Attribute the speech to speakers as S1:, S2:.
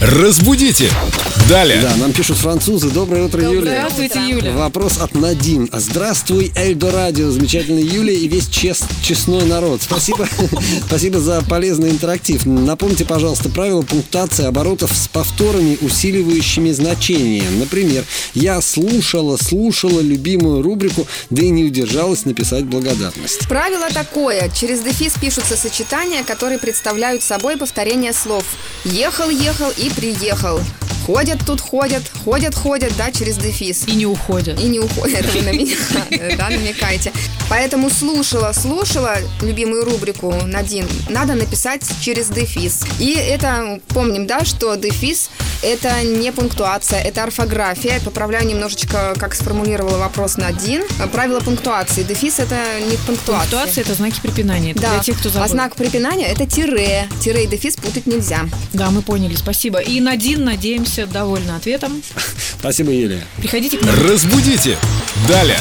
S1: Разбудите! Далее.
S2: Да, нам пишут французы. Доброе утро,
S3: Доброе
S2: Юлия.
S3: Э. Здравствуйте,
S4: утро.
S3: Юля.
S2: Вопрос от Надин. Здравствуй, Эльдо Радио, замечательная Юлия и весь чес- честной народ. Спасибо, спасибо за полезный интерактив. Напомните, пожалуйста, правила пунктации оборотов с повторами, усиливающими значение. Например, я слушала, слушала любимую рубрику, да и не удержалась написать благодарность.
S4: Правило такое. Через дефис пишутся сочетания, которые представляют собой повторение слов. Ехал, ехал и приехал. Ходят тут ходят, ходят ходят, да, через дефис.
S3: И не уходят.
S4: И не уходят, это вы на меня, да, намекаете. Поэтому слушала, слушала любимую рубрику Надин, надо написать через дефис. И это, помним, да, что дефис – это не пунктуация, это орфография. Я Поправляю немножечко, как сформулировала вопрос Надин. Правило пунктуации. Дефис – это не пунктуация.
S3: Пунктуация – это знаки препинания. Это
S4: Да.
S3: для тех, кто забыл.
S4: А знак препинания – это тире. Тире и дефис путать нельзя.
S3: Да, мы поняли, спасибо. И Надин, надеемся, довольна ответом.
S2: Спасибо, Юлия.
S3: Приходите к нам.
S1: Разбудите! Далее.